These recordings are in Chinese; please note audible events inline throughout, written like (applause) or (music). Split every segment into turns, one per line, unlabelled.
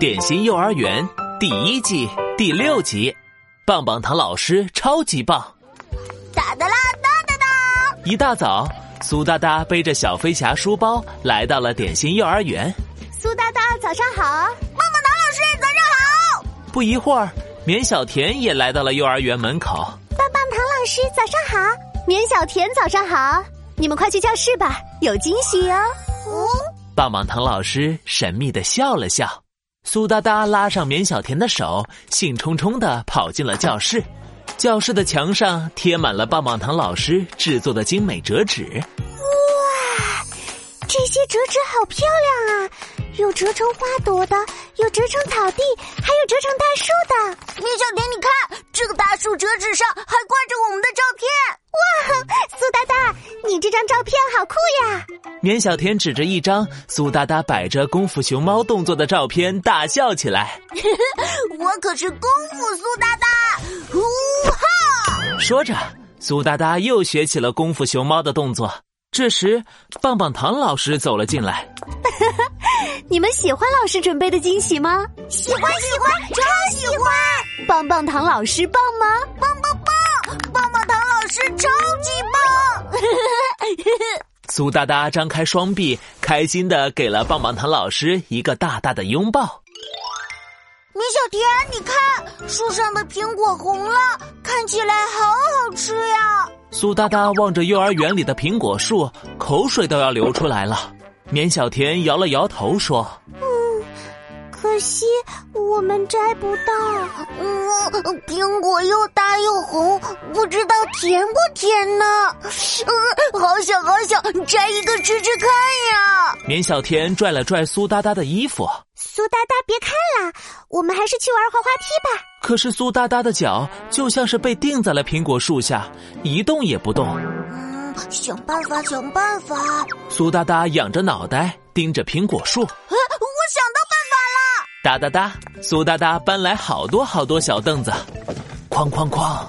点心幼儿园》第一季第六集，棒棒糖老师超级棒！
哒哒啦哒哒哒！
一大早，苏哒哒背着小飞侠书包来到了点心幼儿园。
苏哒哒，早上好！棒棒糖老师，早上好！
不一会儿，绵小田也来到了幼儿园门口。
棒棒糖老师，早上好！绵小田，早上好！你们快去教室吧，有惊喜哦！
哦，
棒棒糖老师神秘的笑了笑。苏哒哒拉上绵小田的手，兴冲冲的跑进了教室。教室的墙上贴满了棒棒糖老师制作的精美折纸，
哇，这些折纸好漂亮啊！有折成花朵的，有折成草地，还有折成大树的。
米小田，你看这个大树折纸上还挂着我们的照片。
哇，苏哒哒，你这张照片好酷呀！
绵小田指着一张苏哒哒摆着功夫熊猫动作的照片大笑起来。
我可是功夫苏哒哒，呜哈！
说着，苏哒哒又学起了功夫熊猫的动作。这时，棒棒糖老师走了进来。
你们喜欢老师准备的惊喜吗？
喜欢喜欢，超喜欢！
棒棒糖老师棒吗？
棒棒棒！棒棒糖老师超级
(laughs)
棒！
苏哒哒张开双臂，开心的给了棒棒糖老师一个大大的拥抱。
米小田，你看树上的苹果红了，看起来好好吃呀！
苏哒哒望着幼儿园里的苹果树，口水都要流出来了。绵小田摇了摇头说：“
嗯，可惜我们摘不到。
嗯，苹果又大又红，不知道甜不甜呢？呃，好想好想摘一个吃吃看呀！”
绵小田拽了拽苏哒哒的衣服。
苏哒哒，别看啦，我们还是去玩滑滑梯吧。
可是苏哒哒的脚就像是被钉在了苹果树下，一动也不动。
嗯，想办法，想办法。
呃
苏哒哒仰着脑袋盯着苹果树。
啊，我想到办法了！
哒哒哒，苏哒哒搬来好多好多小凳子，哐哐哐，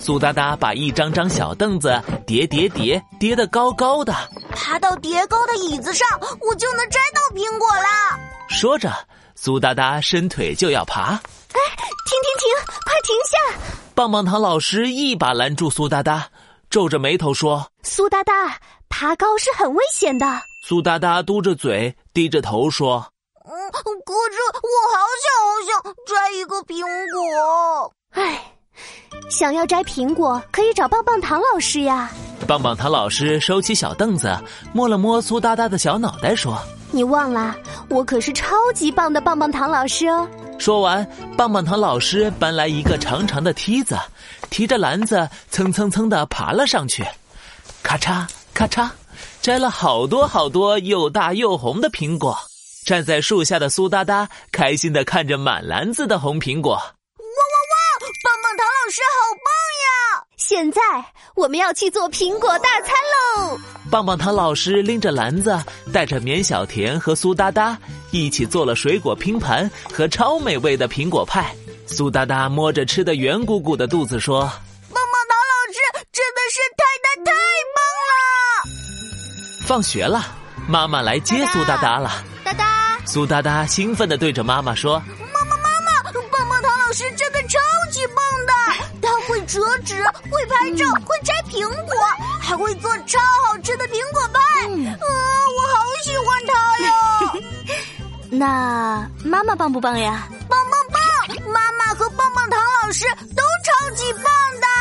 苏哒哒把一张张小凳子叠叠叠叠得高高的，
爬到叠高的椅子上，我就能摘到苹果啦。
说着，苏哒哒伸腿就要爬。
哎，停停停，快停下！
棒棒糖老师一把拦住苏哒哒，皱着眉头说：“
苏哒哒，爬高是很危险的。”
苏哒哒嘟着嘴，低着头说：“
嗯，可是我好想好想摘一个苹果。”
哎，想要摘苹果，可以找棒棒糖老师呀。
棒棒糖老师收起小凳子，摸了摸苏哒哒的小脑袋，说：“
你忘了，我可是超级棒的棒棒糖老师哦。”
说完，棒棒糖老师搬来一个长长的梯子，提着篮子蹭蹭蹭的爬了上去，咔嚓咔嚓，摘了好多好多又大又红的苹果。站在树下的苏哒哒开心的看着满篮子的红苹果。
棒棒糖老师好棒呀！
现在我们要去做苹果大餐喽！
棒棒糖老师拎着篮子，带着绵小田和苏哒哒一起做了水果拼盘和超美味的苹果派。苏哒哒摸着吃的圆鼓鼓的肚子说：“
棒棒糖老师真的是太太太棒
了！”放学了，妈妈来接苏哒哒了。
哒哒，
苏哒哒兴奋地对着妈妈说。
老师真的超级棒的，他会折纸，会拍照，
嗯
会摘苹果，还会做超好吃的苹果派。嗯、呃，我好喜欢他哟。
(laughs) 那妈妈棒不棒呀？
棒棒棒！妈妈和棒棒糖老师都超级棒的。